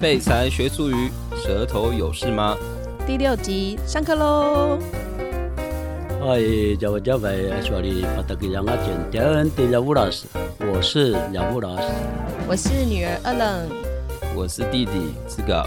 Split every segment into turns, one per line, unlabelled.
废柴学术语，舌头有事吗？
第六集上课喽！
嗨，加维加维，小李巴达吉扬阿简，迪恩迪亚乌拉斯，我是亚乌拉斯。
我是女儿 a l
我是弟弟志高。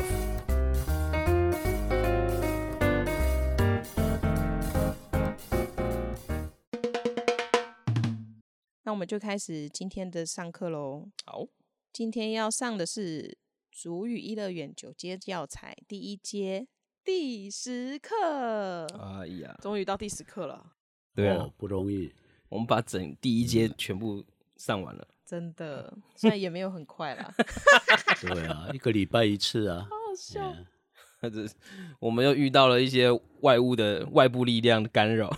那我们就开始今天的上课喽。
好，
今天要上的是《主语一乐园九阶教材》第一阶第十课，
哎呀，
啊终于到第十课了，
对啊
哦，不容易。
我们把整第一阶全部上完了。
真的， 虽然也没有很快 啦。
对啊，一个礼拜一次啊。
好笑，
这我们又遇到了一些外物的外部力量的干扰。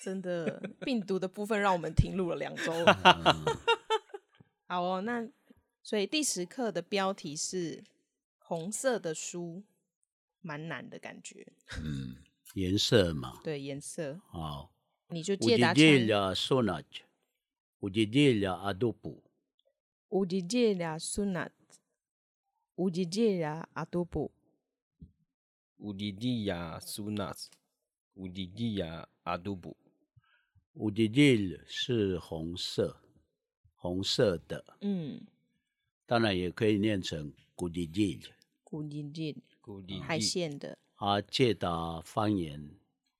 真的，病毒的部分让我们停录了两周了。 好哦，那所以第十课的标题是“红色的书”，蛮难的感觉。
嗯，颜色嘛，哦
对，颜色，
好。
你就
乌
借
吉
答成
吉拉索纳吉，乌吉吉拉阿杜普，
乌吉吉拉苏纳，乌吉吉拉阿多布，
乌迪迪亚苏纳斯，乌迪迪亚阿杜布，
乌吉吉是红色，红色的，
嗯，
当然也可以念成古吉吉。
乌吉吉
古迪
海
迪
鲜的。
啊，借达方言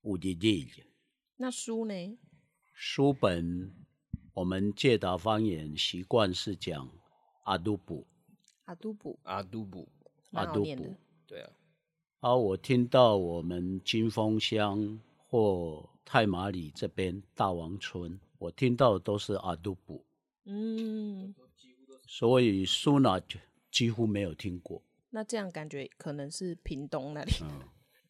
乌吉吉。
那书呢？
书本，我们借达方言习惯是讲阿杜布，
阿多布，
阿杜布，
蛮
阿
好
多
念的
布。
对啊，
而、我听到我们金峰乡或太马里这边大王村，我听到的都是阿杜布，
嗯，
所以苏纳几乎没有听过。
那这样感觉可能是屏东那里。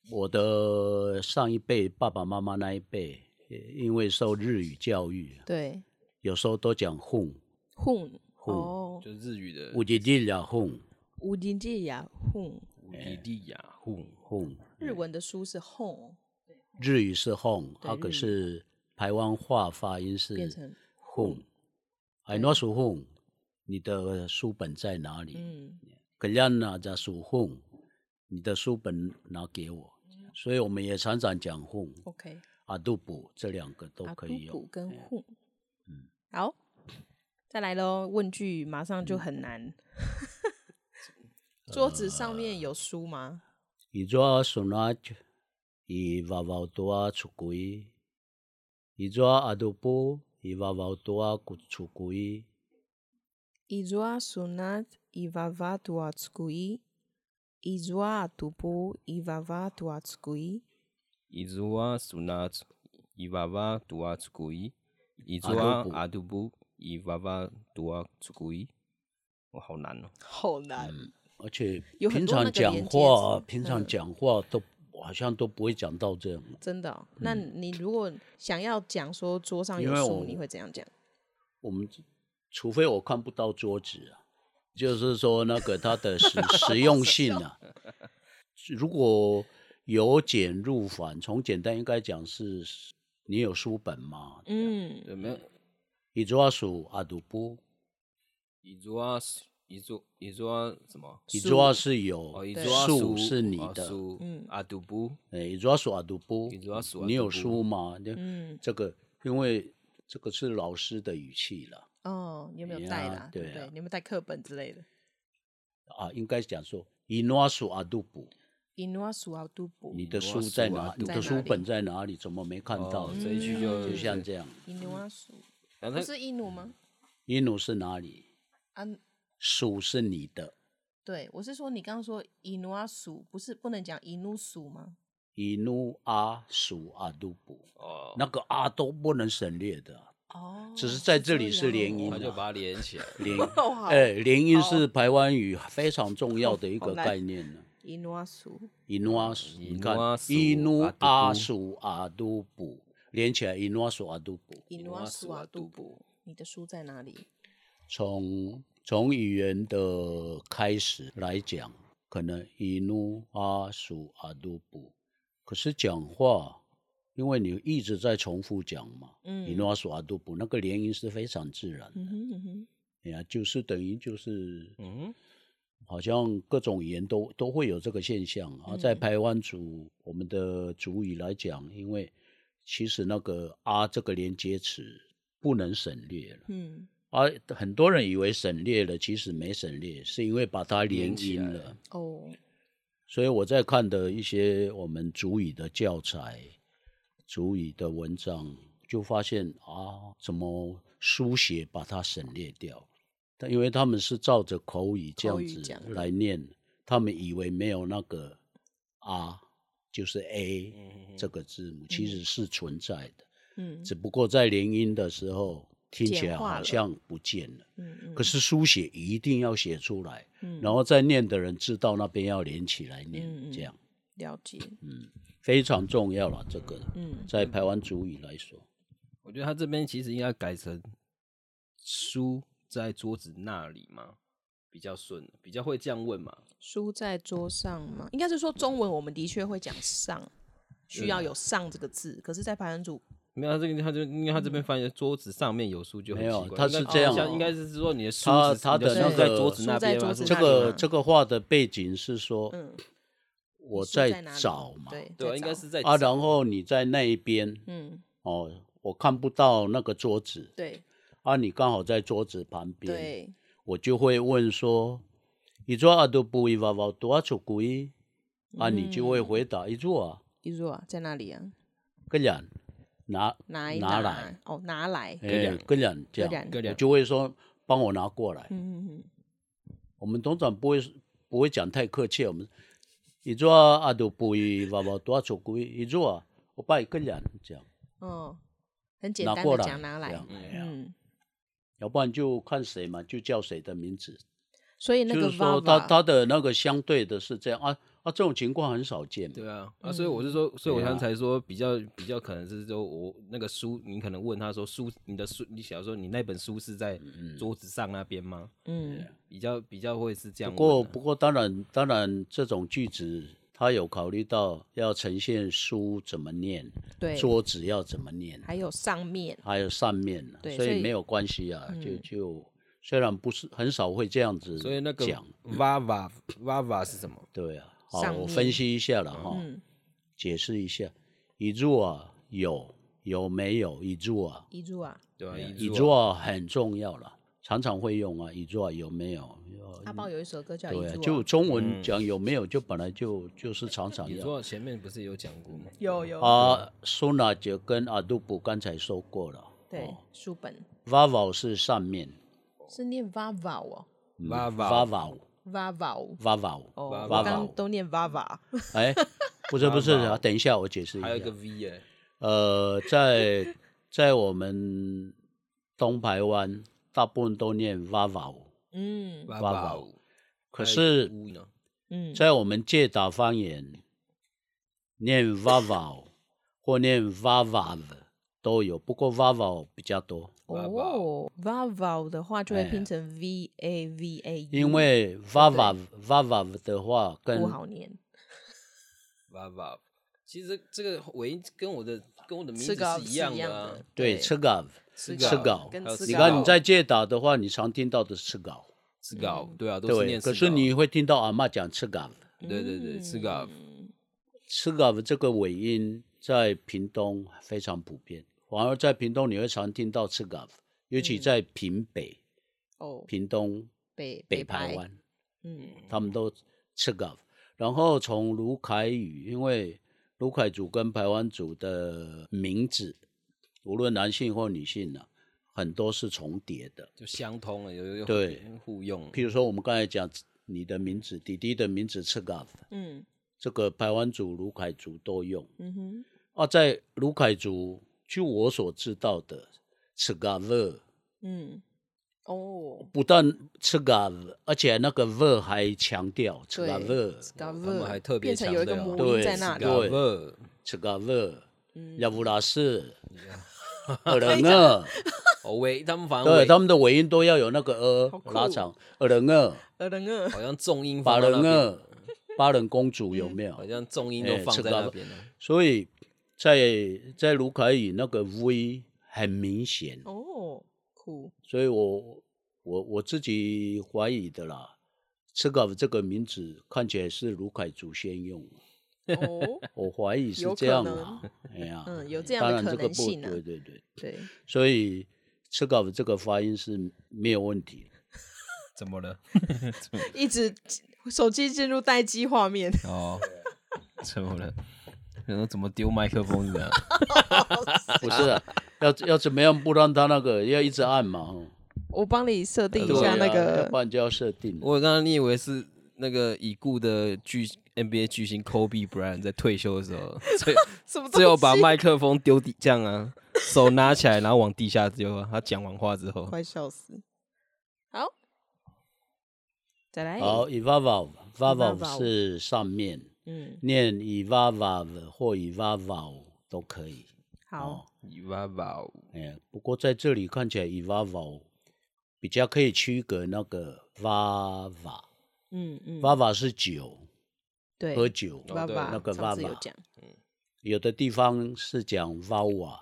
我的上一辈爸爸妈妈那一辈，呃因为受日语教育，
对，
有时候都讲混，
混
混
哦，
就日语的
乌吉吉俩混
乌金吉呀
嗯
混，
乌迪迪亚混
混，
日文的书是 home，
日语是混，
对
它
日
可
语
是台湾话发音
变
是
成
混。哎，那属混，你的书本在哪里？
嗯，
格亮娜在属混，你的书本拿给我。
嗯
所以我们也常常讲混、
OK，
阿杜布这两个都
阿
可
都
以哎嗯用
古。跟混，好，再来喽。问句马上
嗯
就很 难。桌子上面有书吗？
呃伊抓索纳吉，伊娃娃多啊出轨，伊抓阿杜布，伊娃娃多啊出轨，
伊抓苏纳伊娃娃多阿兹古伊，伊抓杜布伊娃娃多阿兹古伊，
伊兹瓦苏纳兹，伊娃娃杜瓦兹古伊，伊兹瓦
阿杜布
阿杜布，伊娃娃杜瓦兹古伊，我好难哦。
好难。
而且
有很
平
多那
常
个
讲
连接
话，
词
平常
嗯
讲话都好像都不会讲到这样。
真的哦、那你如果想要讲说桌上
嗯因
有
为
书，
我啊
你会怎样讲？
我们除非我看不到桌子啊，就是说那个它 的实实用性啊，如果由简入繁，从简单应该讲是你有书本吗？
嗯，
有没有？
伊抓属阿杜布，
伊兹瓦苏，伊兹伊兹瓦什么？
伊抓是
哦，
有
伊兹瓦
树是你的，
树，
嗯
阿杜布，
哎，伊抓属阿杜布
伊，抓属阿
你有
杜布
书吗？
嗯
这个因为这个是老师的语气了。
哦，你有没有
呀
带啦？
对
对不对？
啊
你有没有带课本之类的？
啊，应该讲说，伊诺属阿杜布，
伊诺苏奥杜布，
你的书在哪？你
在
的
哪
书
里
本在哪里？怎么没看到
哦？，这一句就
就像这样，
伊诺苏
然后
不
他
是伊努吗？
伊努是哪里？
啊，
属是你的，
对，我是说你刚刚说伊诺苏，不是不能讲伊努苏吗？
伊努阿属阿杜布，
哦，
那个阿都不能省略的，啊
哦，
只是在这里是
这
连
样哦
音
他就
啊。
把它连起来 了。
连
哦好
哎，连音是台湾语非常重 要的一
好
个
难
概念呢。
伊诺苏，
伊努阿属，
伊
你
努阿
看，
属
伊努
阿
阿
杜
属阿杜布连起来，伊努阿属阿杜布。
伊诺苏奥杜布，你的书在哪里？
从从语言的开始来讲，可能伊努阿属阿杜布，可是讲话，因为你一直在重复讲嘛，伊
嗯
努阿属阿杜布那个连音是非常自然，
嗯哼嗯哼，
哎呀，就是等于就是
嗯，
好像各种语言都都会有这个现象啊。在台湾族，我们的族语来讲，因为其实那个啊这个连接词不能省略了。
嗯，
啊，很多人以为省略了，其实没省略，是因为把它连
连起
音
来
了。
哦，
所以我在看的一些我们主语的教材、主语的文章，就发现啊，怎么书写把它省略掉？但因为他们是照着口语这
口
样
语
子
讲的
来念，他们以为没有那个啊，就是 a 这个字母，其实是存在的，
嗯
只不过在连音的时候听起来
简化
好
了
像不见了。
嗯嗯，
可是书写一定要写出来，
嗯
然后再念的人知道那边要连起来念，
嗯嗯
这样
了解，
嗯非常重要了。这个
嗯，
在台湾主语来说，
我觉得他这边其实应该改成书在桌子那里嘛，比较顺，比较会这样问嘛。
书在桌上嘛，应该是说中文我们的确会讲上，需要有上这个字，可是，在排湾组
没有，他这个他就因为他
嗯
这边发现桌子上面有书就很
没有
奇怪，应
他
该
是
不
这样
像
哦
应该是说你的书
他
是
他
你的
的那
书在
个
桌子那
书在
边嘛，
桌
是
子
不
这
是
那里
个
嘛
这个话的背景是说，
嗯
我
书在
在
哪里
找嘛，
对
对啊，
在
应该
找
是在
啊，然后你在那一边
嗯，
哦，我看不到那个桌子
对
啊，你刚好在桌子旁边，
对，
我就会问说，一桌啊都不一娃娃多啊出鬼啊，你就
嗯
会回答一桌啊，
一若啊，在那里啊，
个人拿
拿一
拿来。
哦，拿来，
哎，跟人这
跟
样
人，
跟人
我就会说帮我拿过来。
嗯嗯
我们通常不会不会讲太客气，我们一做阿都不会娃娃多出贵，一做啊，我把一个人这样
嗯，哦，很简
拿
单
过
的
来，
讲拿
这
来
样，哎呀
嗯，
要不然就看谁嘛，就叫谁的名字。
所以那
就
个
是说
vava
他他的那个相对的是这样啊啊，这种情况很少见。
对啊，啊，所以我是说，所以我
对啊
刚才说比较比较可能是说我那个书，你可能问他说书，你的书，你小时候你那本书是在
嗯
桌子上那边吗？
嗯
比较比较会是这样
不过
问啊。
不过当然当然这种句子。他有考虑到要呈现书怎么念，
对，
桌子要怎么念，
还有上面，
还有上面啊，
对
所
所
以
以嗯
没有关系啊，就就虽然不是很少会这样子，
所以那个
讲
vava vava 是什么？
对啊，好
上，面
我分析一下了哈，
嗯，
解释一下，一柱啊有有没有一柱啊，
一若啊，
对啊，
一
一
柱
桌
啊很重要了，常常会用啊，一柱啊有没有？有
阿豹有一首歌叫
对
一
啊，
若
就
啊，
中
嗯
文讲有没有，就本来就就是常常
一
要。
桌前面不是有讲过吗？
有有，
啊，苏娜姐跟阿杜布刚才说过了，
对，书本
v a v a 是上面
是念 vava 哦
v
vava
a v a
，vava 哦
v a v a
哦，我
vava
刚刚都念 vava，
哎，不是不是，
妈妈
啊等一下我解释一下
还有一。个 v 耶，
呃，在在我们东台湾，大部分都念 vava，
嗯
vava，
可是
乌呢？
嗯，
在我们借打方言，念 vava 或念 vava 都有，不过 vava 比较多，
哦，vava 的话就会
哎
拼成 v a v a，U
因为 vava vava 的话跟
不好念，
vava，其实这个尾音跟我的跟我的名字
吃高
是
是
一
一
样
样
的啊
的，
对吃稿
吃
稿
稿
跟
还有
吃
吃
你
稿
看你在借打的话，你常听到的是吃稿，
吃稿，
嗯
对啊，都是
对，
念
可
吃
是
稿
你会听到阿嬷讲吃稿。
对对对，吃稿
嗯
吃稿这个尾音在屏东非常普遍，反而在屏东你会常听到吃稿，尤其在屏北、
哦，
屏东
北
北
排
排，湾，
嗯
他们都吃稿。然后从卢凯语，因为卢凯族跟排湾族的名字，无论男性或女性呢、很多是重叠的。
就相通了，有有有
对
互用，
譬如说，我们刚才讲你的名字，弟弟的名字吃稿，
嗯
这个排湾族、卢凯族都用。
嗯哼，
啊，在卢凯族，据我所知道的，赤嘎勒
嗯，哦，
不但赤嘎勒，而且那个勒还强调赤
对
嘎勒，
他们
discover
还特别
变成有一个
强调
母
对
音在那里，
对
discover
赤嘎勒，
嗯
亚布拉斯，二人二，
哦喂，他们反正
对，
喂
他们的尾音都要有那个
好酷
呃拉长，二人二，
呃，等个
好像重音放
八
在
人
那边，
二，八人公主有没
好
有？
像重音都
哎
放
吃
在
高
那边了。
所以在在卢凯语那个 V 很明显，
哦，酷，
所以我我我自己怀疑的啦， Chekhov 这个名字看起来是卢凯祖先用的，
哦，
我怀疑是
有
这
可
样
能
啊。哎呀，
嗯有这样的
当然
可
这个
能
不
性啊
对对对，
对，
所以 Chekhov 这个发音是没有问题的。
怎么 了？
一直手机进入待机画面，
哦，怎么了？ 想说怎么丢麦克风的？
不是 啊、要要怎么样不让他那个要一直按嘛？ 哦
我帮你设定一
对
下那
啊要
个
不然就要设定。
我刚刚你以为是那个已故的巨 NBA 巨星 Kobe Bryant 在退休的时 候，最
什么东西，
最后把麦克风丢地这样啊，手拿起来然后往地下丢啊。他讲完话之后，
快笑死。好，再来，
好，evolve，evolve
evolve
是上面
嗯，
念 evolve 或 evolve 都可以。
好，
你爸爸
哎，不过在这里看起来 evolve 比较可以区隔那个 vava，vava
嗯嗯，
是酒，
对，
喝酒。
爸
对
爸
那个
上次
爸
有
爸
讲，
有的地方是讲 vawa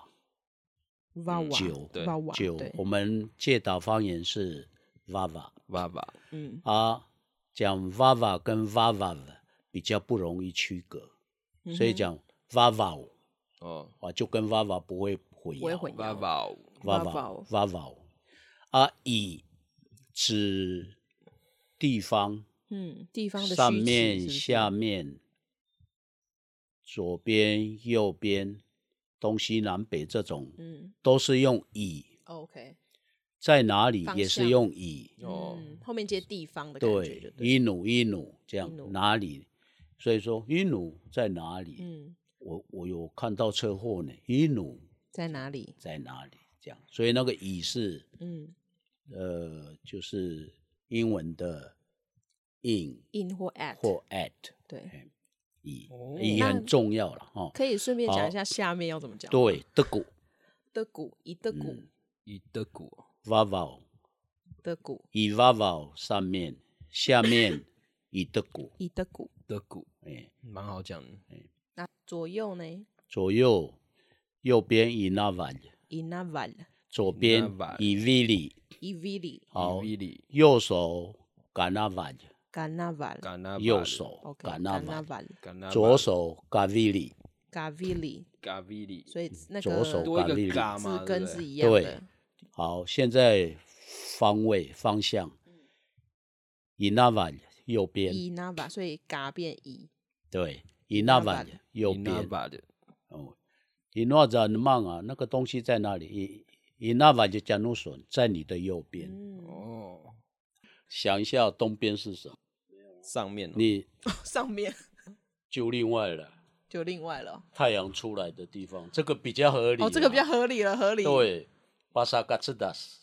哇哇，
酒
对
哇哇，
酒
对，
我们借打方言是 vava
爸爸，
嗯
啊，讲 vava 跟 vava 比较不容易区隔，
嗯
所以讲 vava
哦，
啊就跟 vava 不会混
不会混哦
爸
淆。
淆
爸，
vava vava 啊，以指地方
嗯，地方的
上
虚词
面、
是不是
下面、左边、右边、东西南北这种，
嗯哦
都是用以，
，OK，
在哪里
方
也是
向
用以。
哦
嗯，后面接地方的感觉就
对，
对了，
一努一努这
一努
样哪里？所以说一努在哪里？
嗯，
我我有看到车祸呢，一努
在哪里？
在哪里？这样，所以那个以是
嗯
呃，就是英文的 in
，in 或 at，
或哎 at
对，
以
哦
以
那
很重要了哦。
可以顺便讲
好
一下下面要怎么讲。，
对，的古
的鼓，一的鼓，
嗯
以德古
vowel
的鼓，
以 vowel 上面下面以的古，
一的鼓。
德古，
哎，
蛮好讲的。
那左右呢
左右右边以 naval，
？inaval
左边
naval
以 vili，
ivili
好，
伊利
右手 ganaval，
ganaval
甘纳
右手
OK
ganaval，
ganaval
甘纳
左手 gavili，
gavili，
嘎比利，
所以那
嗯左
个
手
字
多
嘎
一
利
个嘎啊嘛，对
根
不对
是一样的
对。好，现在方位方向，以那晚右边，
inaval，所以嘎变 e 一。
对，以那晚
Inavan
右
伊纳
边，
巴的
哦，以那盏梦啊，那个东西在哪里？以以那晚就加努笋在你的右边，
嗯，
哦，
想一下东边是什么？
上面哦
你
上面
就另外了，
就另外了。
太阳出来的地方，这个比较合理啊、
哦，这个比较合理了，合理。
对，巴萨嘎茨达斯。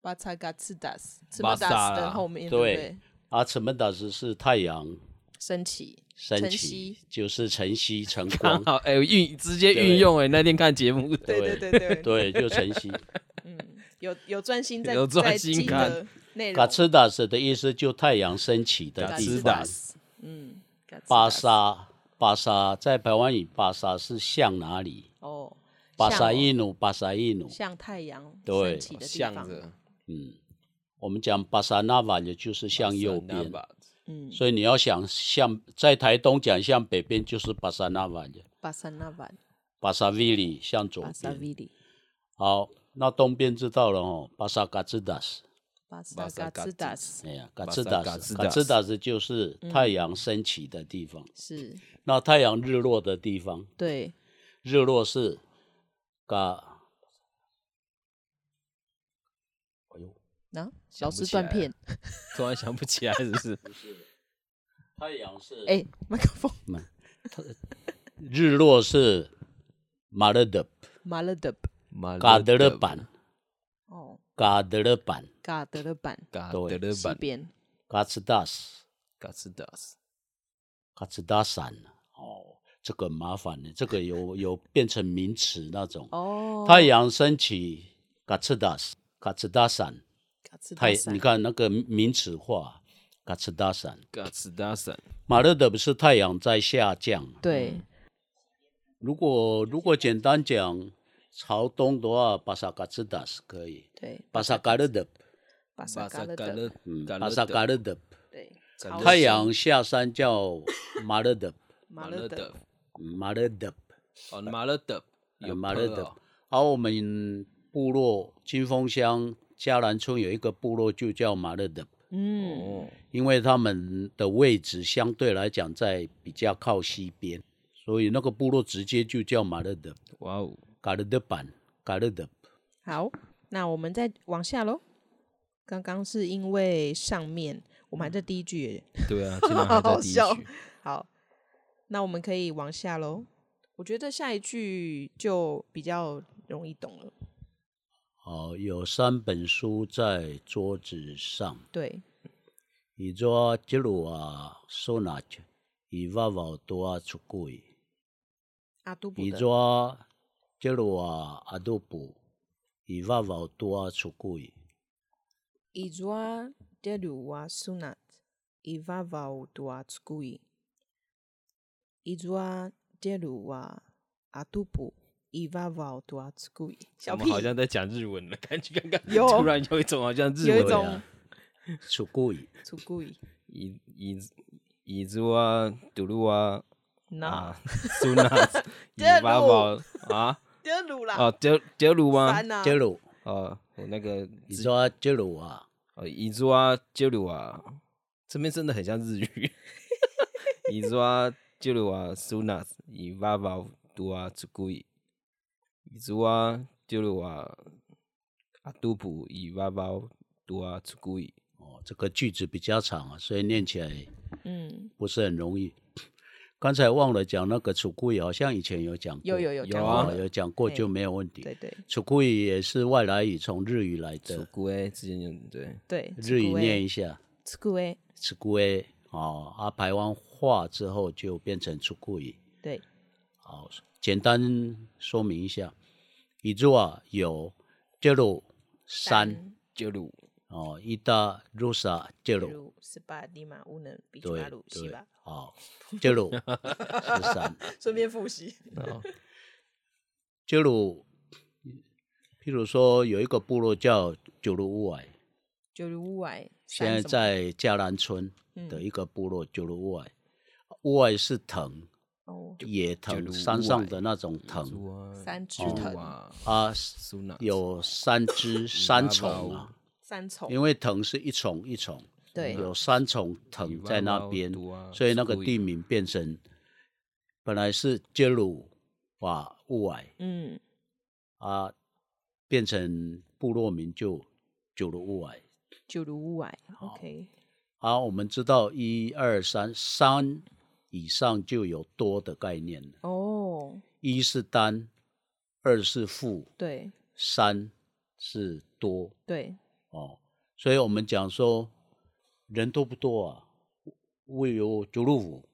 巴查嘎次达斯，次
巴
达
萨
斯
啦
的后面，对不
对
对？，
阿什么达斯是太阳
升起，
升
晨
起
曦，哦
就是晨曦晨光
刚 好哎运直接
对
运用哎，那天看节目
对对对对，
对，就晨 曦。
有有专心在
有专
在
心
记
看
得内容。
嘎茨达斯的意思就太阳升起的
嘎
地
茨
方
达。
斯，嗯，嘎茨
巴
达斯
沙，巴沙在台湾语，巴沙是向哪里？
哦，
巴
像
沙
哦
伊努，巴沙伊努。
像太阳
对
升起的地
向
方，
着
我们讲巴沙那瓦，也就是向右边。
Bassanava
嗯，
所以你要想向在台东讲向北边，就是巴沙那瓦的，
巴萨那万，
巴沙维里向左
巴萨
边。
维里，
好，那东边知道了哦，巴沙嘎兹达斯。
巴萨
巴萨
嘎
嘎
茨
茨
达斯
哎呀，嘎兹
巴
达斯，嘎
萨嘎
兹
兹
达
达
斯就是太阳升起的地方，
是
那太阳日落的地方。
对
日落是嘎，
啊，
想
老
不
师
起
断
来
片，
突然想不起来是不是？
太阳是
哎，麦克风
日落是马勒德
马勒德
马
嘎德勒版
哦，
嘎德勒版
嘎德勒版
嘎德勒
西
版
边
嘎兹达斯
嘎斯达斯
嘎兹达散哦，这个麻烦了，这个有有变成名词那种。
哦，
太阳升起嘎兹达斯嘎兹达散，
嘎茨达
太
斯
你看那个名词化嘎兹达散，
嘎斯达斯
马勒德不是太阳在下降。
对
如果如果简单讲，朝东的话，巴萨嘎兹达是可以，
对，
巴萨嘎勒德，
巴
巴
萨嘎
萨
勒
嘎
德
勒
嗯，
嘎
巴萨嘎
勒
勒德，
对
真
潮
的
太
汐
阳下山叫马勒德，嗯
马勒德
德，
马勒德，
哦，马勒德，有
啊马勒
坡
德
哦。
而、我们部落金峰乡嘉兰村有一个部落就叫马勒德，
哦
嗯，
因为他们的位置相对来讲在比较靠西边，所以那个部落直接就叫马勒德，
哇哦，
嘎勒德版，嘎勒德。
好，那我们再往下喽。刚刚是因为上面我们还在
嗯
第一句耶，
对啊，竟然还在第一
好
句，
好，那我们可以往下喽。我觉得下一句就比较容易懂了。
哦，有三本书在桌子上，
对，
一座吉鲁啊收纳去，一瓦瓦多啊出柜，
阿杜布
一
的
座吉鲁啊阿杜布，一瓦瓦多啊出柜，
伊抓德鲁瓦苏纳伊瓦瓦乌杜阿兹古伊伊抓德鲁瓦阿杜布伊瓦瓦乌杜阿兹古伊小
我
屁
们好像在讲日文了，感觉刚刚
有
突然有一种好像日
有一
文
种
出柜，
出古伊
椅椅椅子啊，嘟噜啊，
那
啊，苏娜，
德
椅巴宝啊，
德鲁啦啊
哦，德德鲁吗？
三呐
吉鲁
哦，我那个
一座吉鲁啊，
呃，椅子啊，鸠鲁啊，这边真的很像日语。 椅子啊，鸠鲁啊，苏纳斯，伊瓦瓦杜啊，祖古伊，椅子啊，鸠鲁啊，阿杜普，伊瓦瓦杜啊，祖古伊。
哦，这个句子比较长啊，所以念起来
嗯
不是很容易。 刚才忘了讲那个出柜，好像以前有讲过，
有有有
有
讲
啊
过
哦
了
有讲过
嘿
就没有问题。
对对
楚库语也是外来语，从日语来
祖
的，
古诶，之前就对，
对
日语念一下
斯古诶
楚库语哦，啊，台湾话之后就变成楚库语。
对
好，简单说明一下，一座啊有杰鲁山
鸠鲁
哦，伊达鲁萨杰鲁，
鲁斯巴迪马乌能比丘
对
巴鲁西
对
吧，，
好，杰鲁是山，
顺便复习。
杰鲁，譬如说有一个部落叫九鲁乌矮，
九如乌外，
现
山嗯什么
在在嘉兰村的一个部落九如外，乌外是藤，
哦，
野
九如外
藤，山上的那种藤
猪啊，
哦
三枝
鸠鲁
藤
啊，
啊，
苏纳斯
有三只三重啊，
三重，
因为藤是一重一重，
对
有三重藤在那边
九如外，
所以那个地名变成本来是杰鲁瓦乌外
嗯，
啊，变成部落名就九如乌外。
九如乌外，OK，
啊，我们知道一二三三以上就有多的概念了。
哦，
一是单，二是负，
对
三是多
对，
哦。所以我们讲说人多不多啊？位有九路五，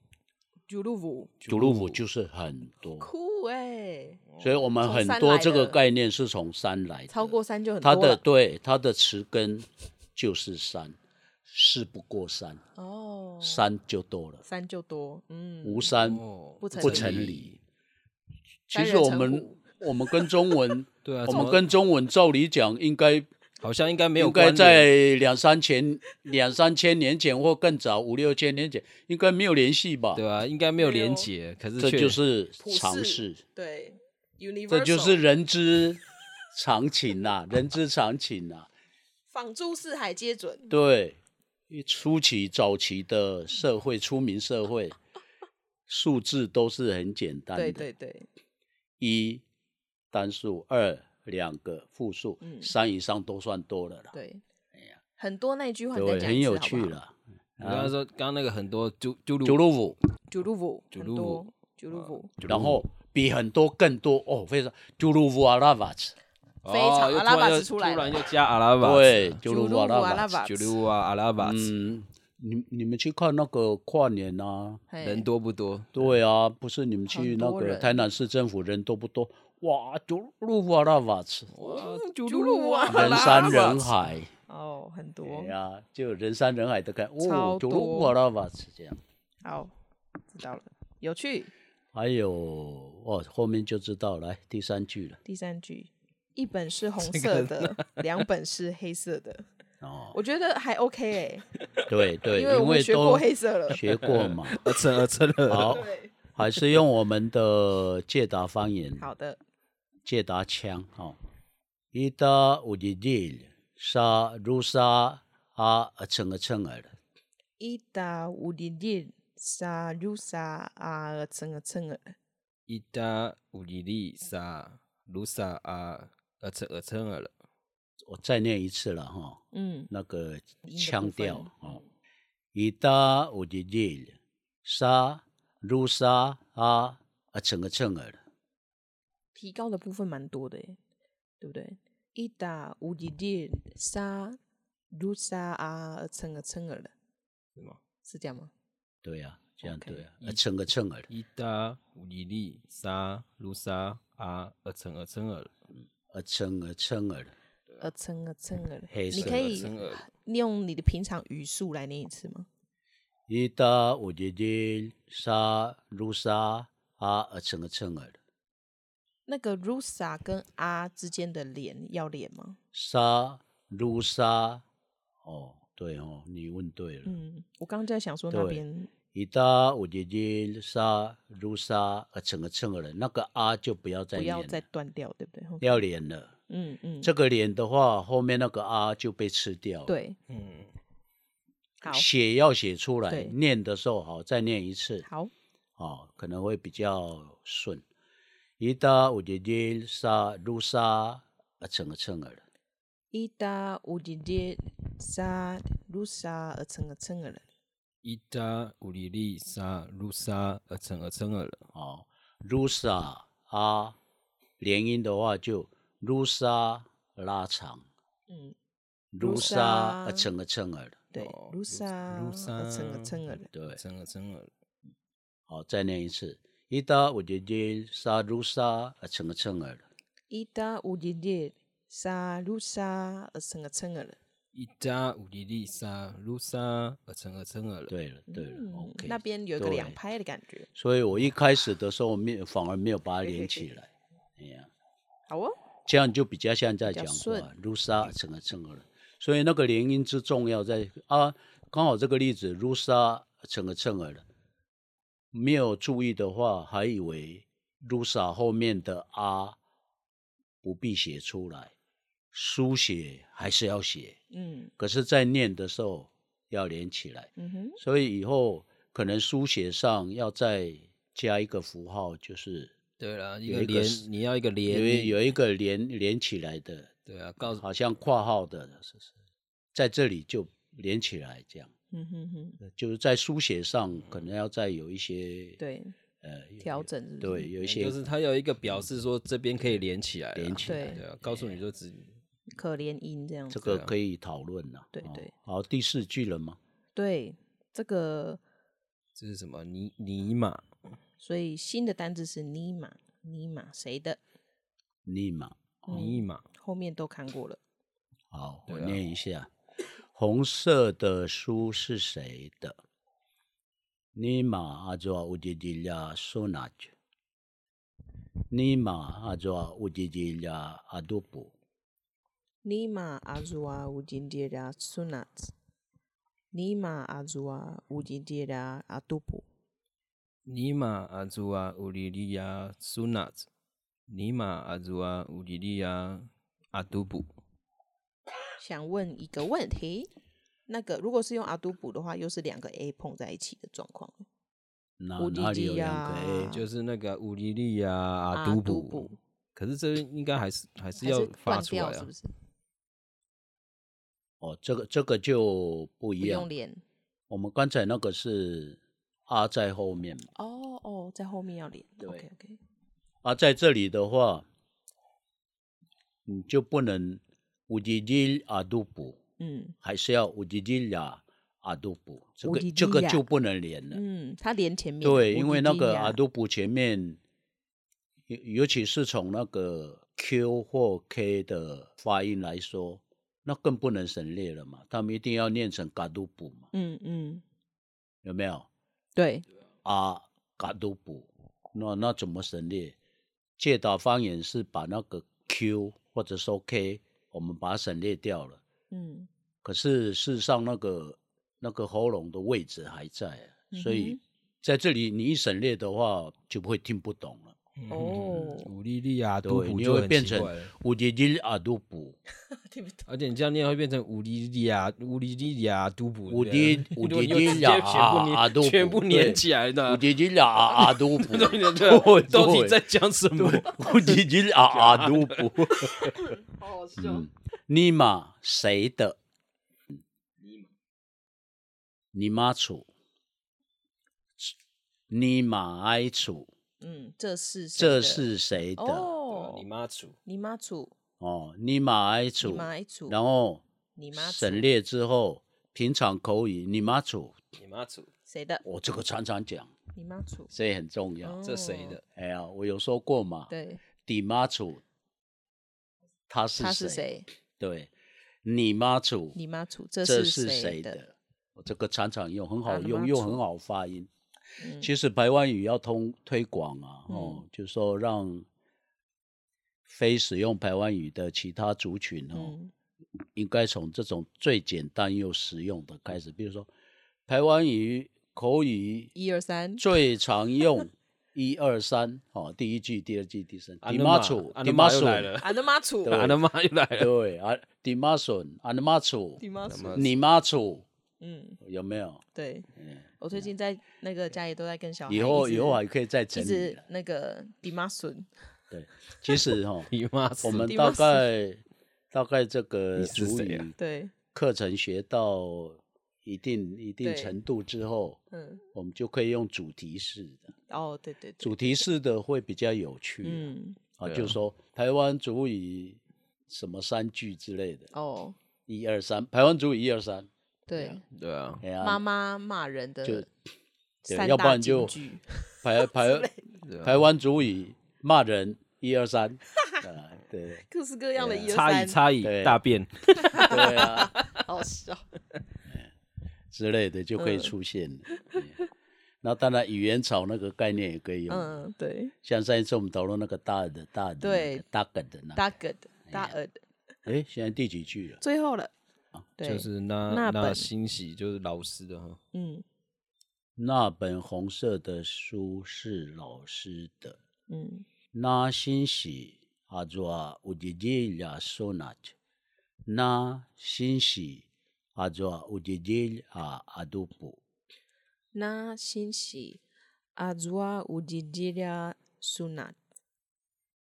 九如五，
九路五就是很多，
酷哎，
所以我们
从
很
山
多
来
这个
的
概念是从山来的。
超过三就很多
它的
了，
对它的词根就是山，事不过山，
哦，
山就多了。
三就多，嗯，
无山
哦
不成
不成
立
理。其
单
实
人
我
成
们
虎
我们跟中文，
对啊，
我
怎
们
么
跟中文照理讲应该
好像应该没有
应该
关联
在两三千两三千年前或更早五六千年前应该没有联系吧？
对啊，应该没有
没有
连结，可是
这
却
就是
普
常
世
识，
对，universal，
这就是人之常情呐、人之常情啊呐、
仿诸四海皆准，
对，初期早期的社会，出名社会，数字都是很简单的。
对对对，
一单数，二两个复数，
嗯
三以上都算多了啦。
对，很多那一句话你再
对，
讲
哎很
一次
有
好不
趣
好。
了。
你刚刚
嗯
说刚刚那个很多丢丢鲁
九路五，
九如五，
九
很
如
多
五，
九如五，
然后比很多更多哦，非常九路五阿拉瓦兹，
哦
非常
又
阿拉
突然
巴
又
斯出来
突然
了
又加阿拉巴，啊
对，九
九
路
如
五阿
五阿
拉
拉
瓦兹。
巴
九，六啊，阿拉巴，
嗯，你你们去看那个跨年啊，
嘿
人多不多？
对啊，不是你们去
很
那
多
个
人
台南市政府人多不多？哇，九路五阿拉瓦兹，
哇，啊
九如五阿
人
拉
山
巴
人海。
哦，很多，
对哎呀、就人山人海的看，哦
超，
九
多
路五阿拉瓦兹这样。
好，知道了，有趣。
还有哦，哎后面就知道来第三句了。
第三句，一本是红色的，两本是黑色的，
哦，
我觉得还 OK 哎、
对对，
因为我
因
们
为
学过
都
黑色了。
学 过嘛，
呃，成呃成了，
好，
对，
还是用我们的借达方言，
好的，
借达腔哦。伊达乌迪迪沙鲁沙啊啊称啊称啊，
伊达乌里里沙鲁沙啊，蹭啊蹭啊，
伊达乌里里沙卢沙啊，呃成呃成了，
我再念一次了哈、
嗯，
那个
音的
腔
部分
调哦。伊达乌迪迪沙鲁沙啊啊称啊称啊，
提高的部分蛮多的耶，对不对？伊达乌里里沙鲁沙啊，蹭啊蹭啊了，
是吗？
是这样吗？
对呀、啊，这样
OK
对啊，啊称啊称啊。
伊达乌里里沙卢沙啊，呃成呃成了，
啊称啊称啊，
呃蹭啊蹭啊了，
黑
你
色
可
的
以
蹭耳
用你的平常语速来念一次吗？
伊达乌迪迪沙鲁沙啊啊称啊称啊，
那个 rusa 跟啊之间的连要连吗？
沙鲁沙哦，对哦，你问对了。
嗯，我刚刚在想说那
对
边
伊达乌迪迪沙鲁沙啊称啊称啊，那个啊就不要再
不
念
要再
了，
断掉，对不对？
要连了。
嗯嗯，
这个连的话，后面那个啊就被吃掉了。，
对，
嗯，
好
写要写出来，
对
念的时候好再念一次。
好，
哦，可能会比较顺。伊达乌迪迪沙鲁沙啊，称个称个了。
伊达乌迪迪沙鲁沙呃蹭呃蹭呃了，
伊达乌里里沙卢沙呃成呃成了，
哦，鲁沙啊，连音的话就鲁沙拉长，
嗯，
鲁
鲁
沙
沙
啊，称个称个了。
对
哦，
鲁沙呃蹭呃蹭呃了，
对，
成呃成了，
好，再念一次。伊达乌迪迪沙鲁沙啊，称个称个了。
伊达乌迪迪沙鲁沙呃蹭呃蹭呃了，
伊达乌里里沙卢沙呃成呃成了，
对了，对了、
嗯
o，k
那边有一个
对
两拍的感觉，
所以我一开始的时候没有，反而没有把它连起来。哎呀、
好哦，
这样就比较像在讲
比较
话
顺，
如沙整个整个了。所以那个连音之重要在啊，刚好这个例子如沙整个整个了，没有注意的话，还以为如沙后面的啊不必写出来，书写还是要写，
嗯
可是，在念的时候要连起来。
嗯哼，
所以以后可能书写上要再加一个符号，就是
对啦，一
有
个
一个
连
是
你要一个
有一
连，
有一个连连起来的，
对啊，告诉
好像括号的，是是在这里就连起来，这样呃
嗯哼哼，
就是在书写上可能要再有一些
对，
呃有
调整是不是
对，有一些
就是它有一个表示说这边可以连起来啦，
连起
来对
对啊，告诉你就只
可怜音这样子，
这个可以讨论了。
啊对
哦
对
好，第四句了吗？
对这个，
这是什么尼尼玛
所以新的单字是尼玛，尼玛谁的？
尼玛，
尼玛，
后面都看过了。
好，我
对啊
念一下。红色的书是谁的？啊尼玛阿卓乌迪迪拉苏纳吉，尼玛阿卓乌迪迪拉阿杜布，
Nima azua ujindira sunat. Nima azua ujindira atupu.
尼玛阿祖啊乌里利亚苏纳子，尼玛阿祖啊乌里利亚阿杜布，
想问一个问题，那个如果是用阿杜布的话，又是两个 A 碰在一起的状况。
哪
乌迪
哪里
迪
有哎两个
呀
A？
就是那个乌里利亚阿
阿
杜
杜
布
布，
可是这应该还是还是
还
要
是
发
断
出来
掉是
啊
不，是？
哦，这个这个就不一
不用
样。
连。
我们刚才那个是阿在后面嘛，
哦哦，在后面要连。
对
OK OK。
啊，在这里的话，你就不能乌迪迪阿杜布。
嗯
还是要乌迪迪亚阿杜布，这个
Udidilla
这个就不能连了。
嗯，它连前面。
对，因为那个阿
阿
杜布前面，尤尤其是从那个 Q 或 K 的发音来说，那更不能省略了嘛。他们一定要念成嘎杜布嘛，
嗯嗯，
有没有？
对，
啊，嘎杜布，那那怎么省略？借岛方言是把那个 Q 或者说 K，我们把它省略掉了。
嗯
可是事实上那个那个喉咙的位置还在啊，所以在这里你一省略的话就不会听不懂了。
哦，
嗯五力力啊，都
对，
补
你
就
会
很
变
奇
成
怪了。
五滴滴阿都补，
听不懂。
而且你这样念会变成五里里啊，五里里啊，都补
五滴五啊滴滴
呀，
呀
全
阿
部
都
粘全部粘起
来，
来
五
的。
滴滴呀阿啊都补，
啊 对对
对
到底在讲什么？
啊 五啊滴 滴阿阿都补，
好好笑。
嗯尼玛谁的？尼玛楚，尼玛哀楚，
嗯，这是谁
这
的
是谁的？
哦，
你妈祖
你妈祖，
哦，尼玛哀
你
楚，
妈一祖，
然后
你妈祖
省略之后，平常口语尼玛楚，
你妈祖
谁的？
我这个常常讲，
你妈祖，
所以很重要。
哦
这谁的？？
哎呀，我有说过嘛，
对，
底妈楚，他是
他是？谁？
对，你妈楚，
你妈祖，这是
这是
谁
谁
的？
的？我这个常常用，很
啊
好
你
用，
妈
又
楚
很好发音。
嗯
其实台湾语要通推广啊，哦
嗯，
就说让非使用台湾语的其他族群哦，
嗯
应该从这种最简单又实用的开始，比如说台湾语口语
一二三，
最常用一二三，哦，第一句、第二句、第三，
阿
迪
那
马
玛
楚，
阿
迪
那
马
玛又
楚，
来了，
俺的妈祖，
阿那玛又来 了，
对啊，迪马笋，阿那玛楚
你，妈祖，
你妈楚，
嗯，
有没有？
对，我最近在那个家里都在跟啊小孩一直，
嗯以后以后啊还可以再整
一
理
直
了。
那个迪妈孙，
对，其实 哈、
你妈祖
我们
地
大
方是
概大概这个
你是
主
谁啊
语
对，
课程学到一定一定
对
程度之后，
嗯，
我们就可以用主题式的，
哦，对对对，
主题式的会比较有趣啊。
嗯，
啊，
对啊
就说台湾主语什么三句之类的，
哦，
一二三，台湾主语一二三，
对，
对啊，
哎呀，
妈妈骂人
就
的
对
三
要不
大
然
金
就
句
台台
对啊
台湾主语骂人一二三， 啊，对啊
各式各样的一二
差
三，
异差异
对
大变，
对啊。
好笑，
之类的就可以
嗯
出现了。对那当然，语言潮那个概念也可以用，
嗯，对，
像上一次我们讨论那个大的大的那个
对
大梗的那个，
大个的，大耳的，
哎，现在第几句了？
最后了，对
啊
就，是那
那
那
本
欣喜就是老师的哈，
嗯
那本红色的书是老师的，
嗯，
那欣喜阿抓乌吉吉亚索纳切，那欣喜阿抓乌吉吉阿阿杜布，
那欣喜阿祖啊乌迪迪俩苏纳，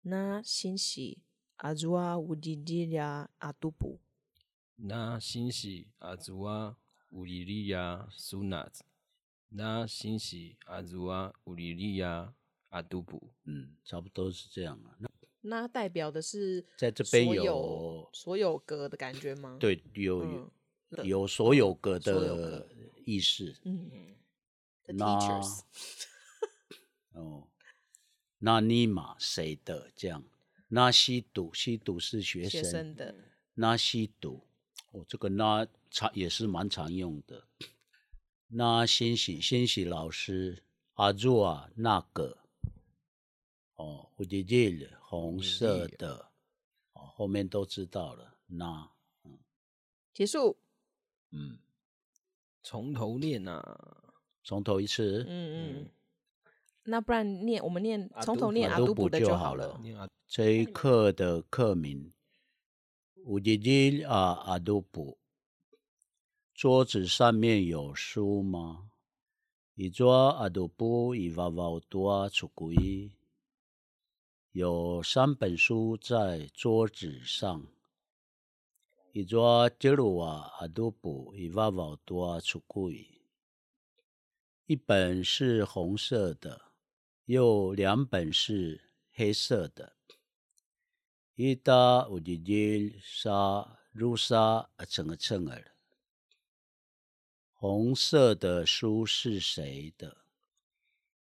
那欣喜阿祖啊乌迪迪俩阿杜布，
那欣喜阿祖啊，乌里利亚啊苏纳子，那欣喜阿祖啊，乌里利亚阿杜布，
嗯，差不多是这样了。那
那代表的是
在这边
所
有
所有歌的感觉吗？，
对，有
嗯，的
有所有格
所有
的
格
意识
嗯，the
那
teachers，
哦。那尼玛谁的这样？那吸毒，吸毒是学
学
生。
生的，
那吸毒，哦，这个那常也是蛮常用的。那欣喜，欣喜老师，阿若啊，那个，哦，我姐姐了，红色的，哦，后面都知道了。那，
结束，
嗯，
从头念啊，
从头一次，
嗯嗯。那不然念我们念从头
杜
念
阿
阿
杜
杜
布
布的
就
就
好
好
了
了。
嗯念阿
这一课的课名，乌吉吉啊阿杜布。桌子上面有书吗？一桌阿杜布一娃娃多出柜，有三本书在桌子上。一桌吉鲁啊阿杜布一娃娃多出柜，一本是红色的，有两本是黑色的。伊达乌吉吉沙鲁沙啊蹭啊蹭啊，红色的书是谁的？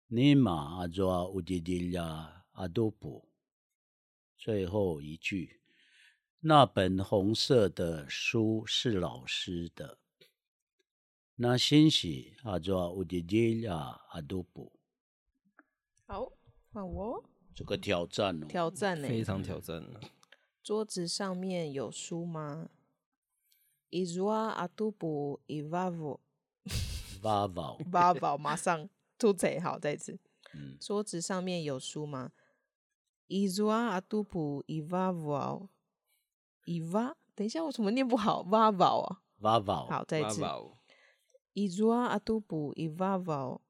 尼玛阿抓乌吉吉呀阿杜布。最后一句，那本红色的书是老师的。那欣喜阿抓乌吉吉呀阿杜布。
好，换我
这个挑战哦，
挑战
啊
呢、欸
非常挑战了，
桌子上面有书吗？伊如啊阿杜布伊瓦布
va vào
瓦宝，马上吐嘴好，再一次。
嗯
桌子上面有书吗？伊如啊阿杜布伊瓦布奥伊瓦，等一下我怎么念不好？瓦宝啊，
va vào
好，再一次。
哇哇
伊如啊阿杜布伊瓦布奥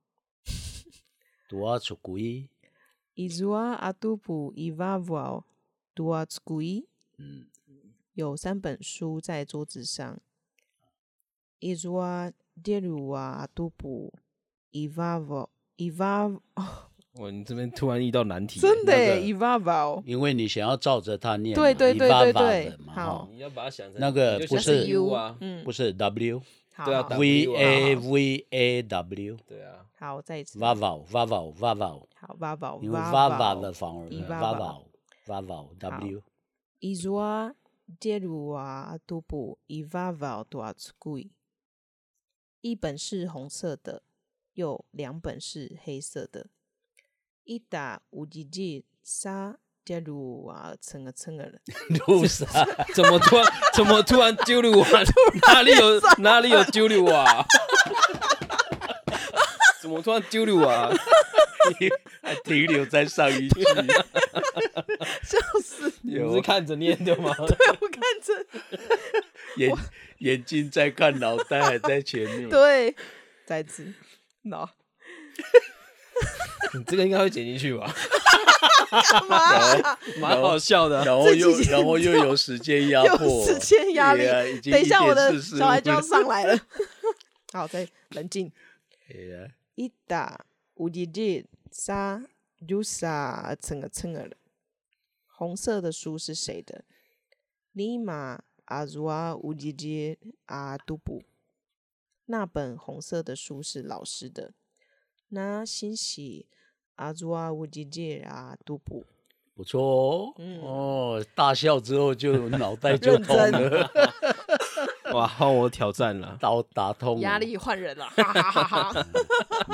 tua chú quý
伊如啊阿杜布伊瓦啊布奥杜阿兹古伊。
嗯
有三本书在桌子上。伊如啊，迪鲁啊，杜布，伊瓦沃，伊瓦，
哇，你这边突然遇到难题耶，欸
真的欸
那
耶，
个
伊瓦沃，
因为你想要照着他念嘛，
对对对
va
对
vào
对
的嘛
好
哈
你要把它想成
那个
你就
不
想成
是
U 啊，
嗯，
不是 W
好
对啊
好
打
V A
W
V A W
对啊，
好，再一次，
va vào va vào va vào，
好，瓦沃，
因为 va
瓦
vào 的反而
一
va
va
vào va vào W
伊如啊，迪鲁啊，杜布，伊瓦沃，杜阿兹贵。一本是红色的，有两本是黑色的。伊打乌吉吉沙迪鲁啊，蹭啊蹭啊了。
露莎
怎么突然怎么突然揪了我？啊 哪里有哪里有揪了我啊？ 怎么突然揪了我啊？
还停留在上一
就
句，
是
你不是看着念的 吗？
我看这，
眼眼睛在看，脑袋还在前面。
对，再次，喏，
你这个应该会剪进去吧？
干嘛啊？
蛮好笑的啊。
然后
自己
又
先
然后又有时间压 迫，
有时间压力
对啊已，经
等一下我
1:45
的
了
小孩就要上来 了。好，再冷静。
对啊
一打五日日沙如沙蹭个蹭个了。红色的书是谁的？尼玛阿如啊乌吉吉阿杜布。那本红色的书是老师的。那欣喜阿如啊乌吉吉阿杜布。
不错哦，哦，大笑之后就脑袋就
认
通了，
哇，换我挑战了。
到打通了
压力换人了，哈哈哈 哈！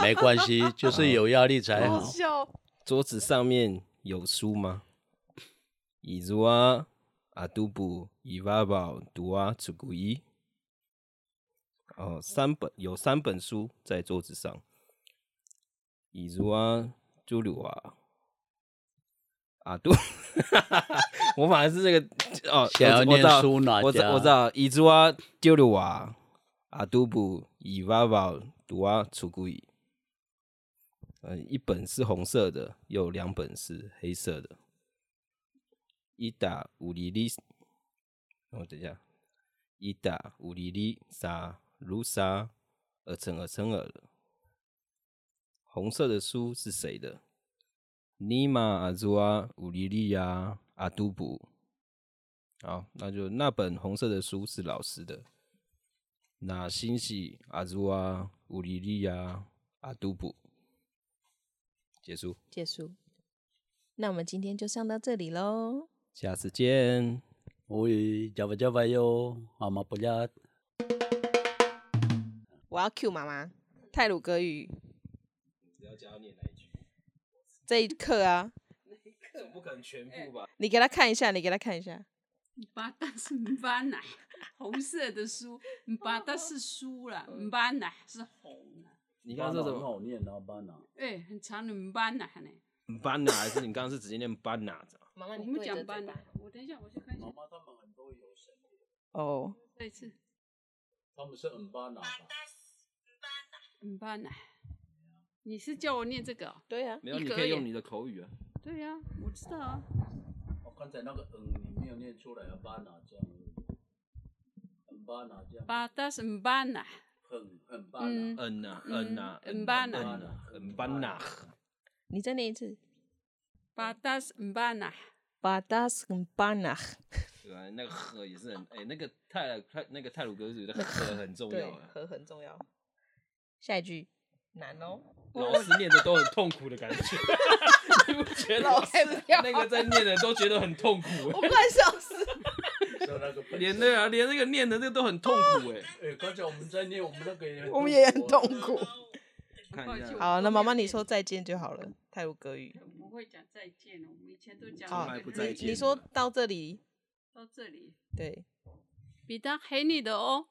没关系，就是有压力才
好
好。
笑。
桌子上面有书吗？伊如啊，阿杜布伊瓦宝读啊，楚古伊。哦，三本有三本书在桌子上。伊如啊，朱鲁啊，阿杜， 我反而是这个哦，
想要
我我知道
念书哪
我知
家
我知道，伊如啊，丢鲁啊，阿杜布伊瓦宝读啊，楚古伊。呃，一本是红色的，有两本是黑色的。伊打五里里，我等一下，伊打五里里沙如沙，而成而成而了。红色的书是谁的？尼玛阿朱啊，五里里呀，阿杜布。好，那就那本红色的书是老师的。那欣喜阿朱啊，五里里呀，阿杜布。结束，
结束。那我们今天就上到这里喽。
下次见。
喂，Java Java 哟，阿玛不亚，
我要 Q 妈妈泰鲁格语。这一课啊，
不可能全部吧？
你给他看一下，你给他看一下。
巴达是巴奶，红色的书，巴达是书啦，巴奶是红啊，
你刚刚说什么？
好念啊，班啊，
哎、很长的巴奶呢。
班纳还是你刚刚是直接念班纳？
妈妈
我们讲啊巴奶，我等一下我去看一下，
哦，
再一次
他们是嗯班啊，
巴奶。你是叫我念这个、哦？
对啊，
没有，你
一个
可以
而已
用你的口语啊。
对呀、我知道啊。
我刚才那个嗯你没有念出来啊，班啊这样，嗯班啊这样，
巴达是巴奶，
很很班
嗯，
嗯呐，嗯呐，
嗯班纳
嗯呐，嗯班纳。
你再念一次。
巴达是巴奶，
巴达斯跟巴纳，
对啊，那个呵也是很，哎，那个泰来泰那个泰鲁格语的呵很重要啊。
和很重要。下一句难哦，
老师念的都很痛苦的感觉， 你不觉得吗？
开不掉
那个在念的都觉得很痛苦，
我快笑死。
说那个本身
连那个啊连那个念的那个都很痛苦哎。
哎，刚才我们在念我们那个也， 啊
我们也很痛苦。
看一下，
好，那妈妈你说再见就好了，泰鲁格语。
我们会讲再见了。哦我们以前都讲
好
从来不再
你
见
你说到这里，
到这里，
对，
比他黑你的哦。